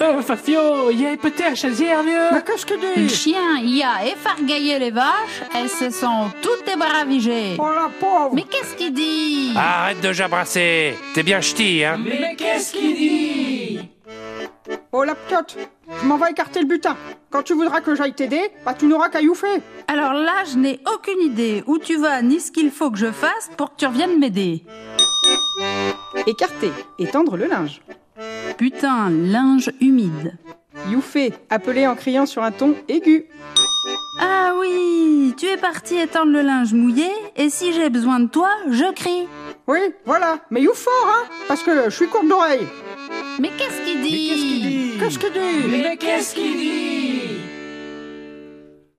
Euh, Fafio, il y a pété la chaudière, vieux. qu'est-ce que Le dis chien y a effargaillé les vaches, elles se sont toutes débaravigées. Oh la pauvre Mais qu'est-ce qu'il dit Ah, Arrête de jabrasser. T'es bien ch'ti, hein Mais qu'est-ce qu'il dit Oh la piotte Je m'en vais écarter le butin. Quand tu voudras que j'aille t'aider, bah tu n'auras qu'à youffer. Alors là, je n'ai aucune idée où tu vas ni ce qu'il faut que je fasse pour que tu reviennes m'aider. Écarter, étendre le linge. Putain, linge humide. Youffer, appeler en criant sur un ton aigu. Ah oui, tu es parti étendre le linge mouillé et si j'ai besoin de toi, je crie. Oui, voilà, mais youf fort, hein Parce que je suis courte d'oreille. Mais qu'est-ce qu'il dit Qu'est-ce que dis Mais qu'est-ce qu'il dit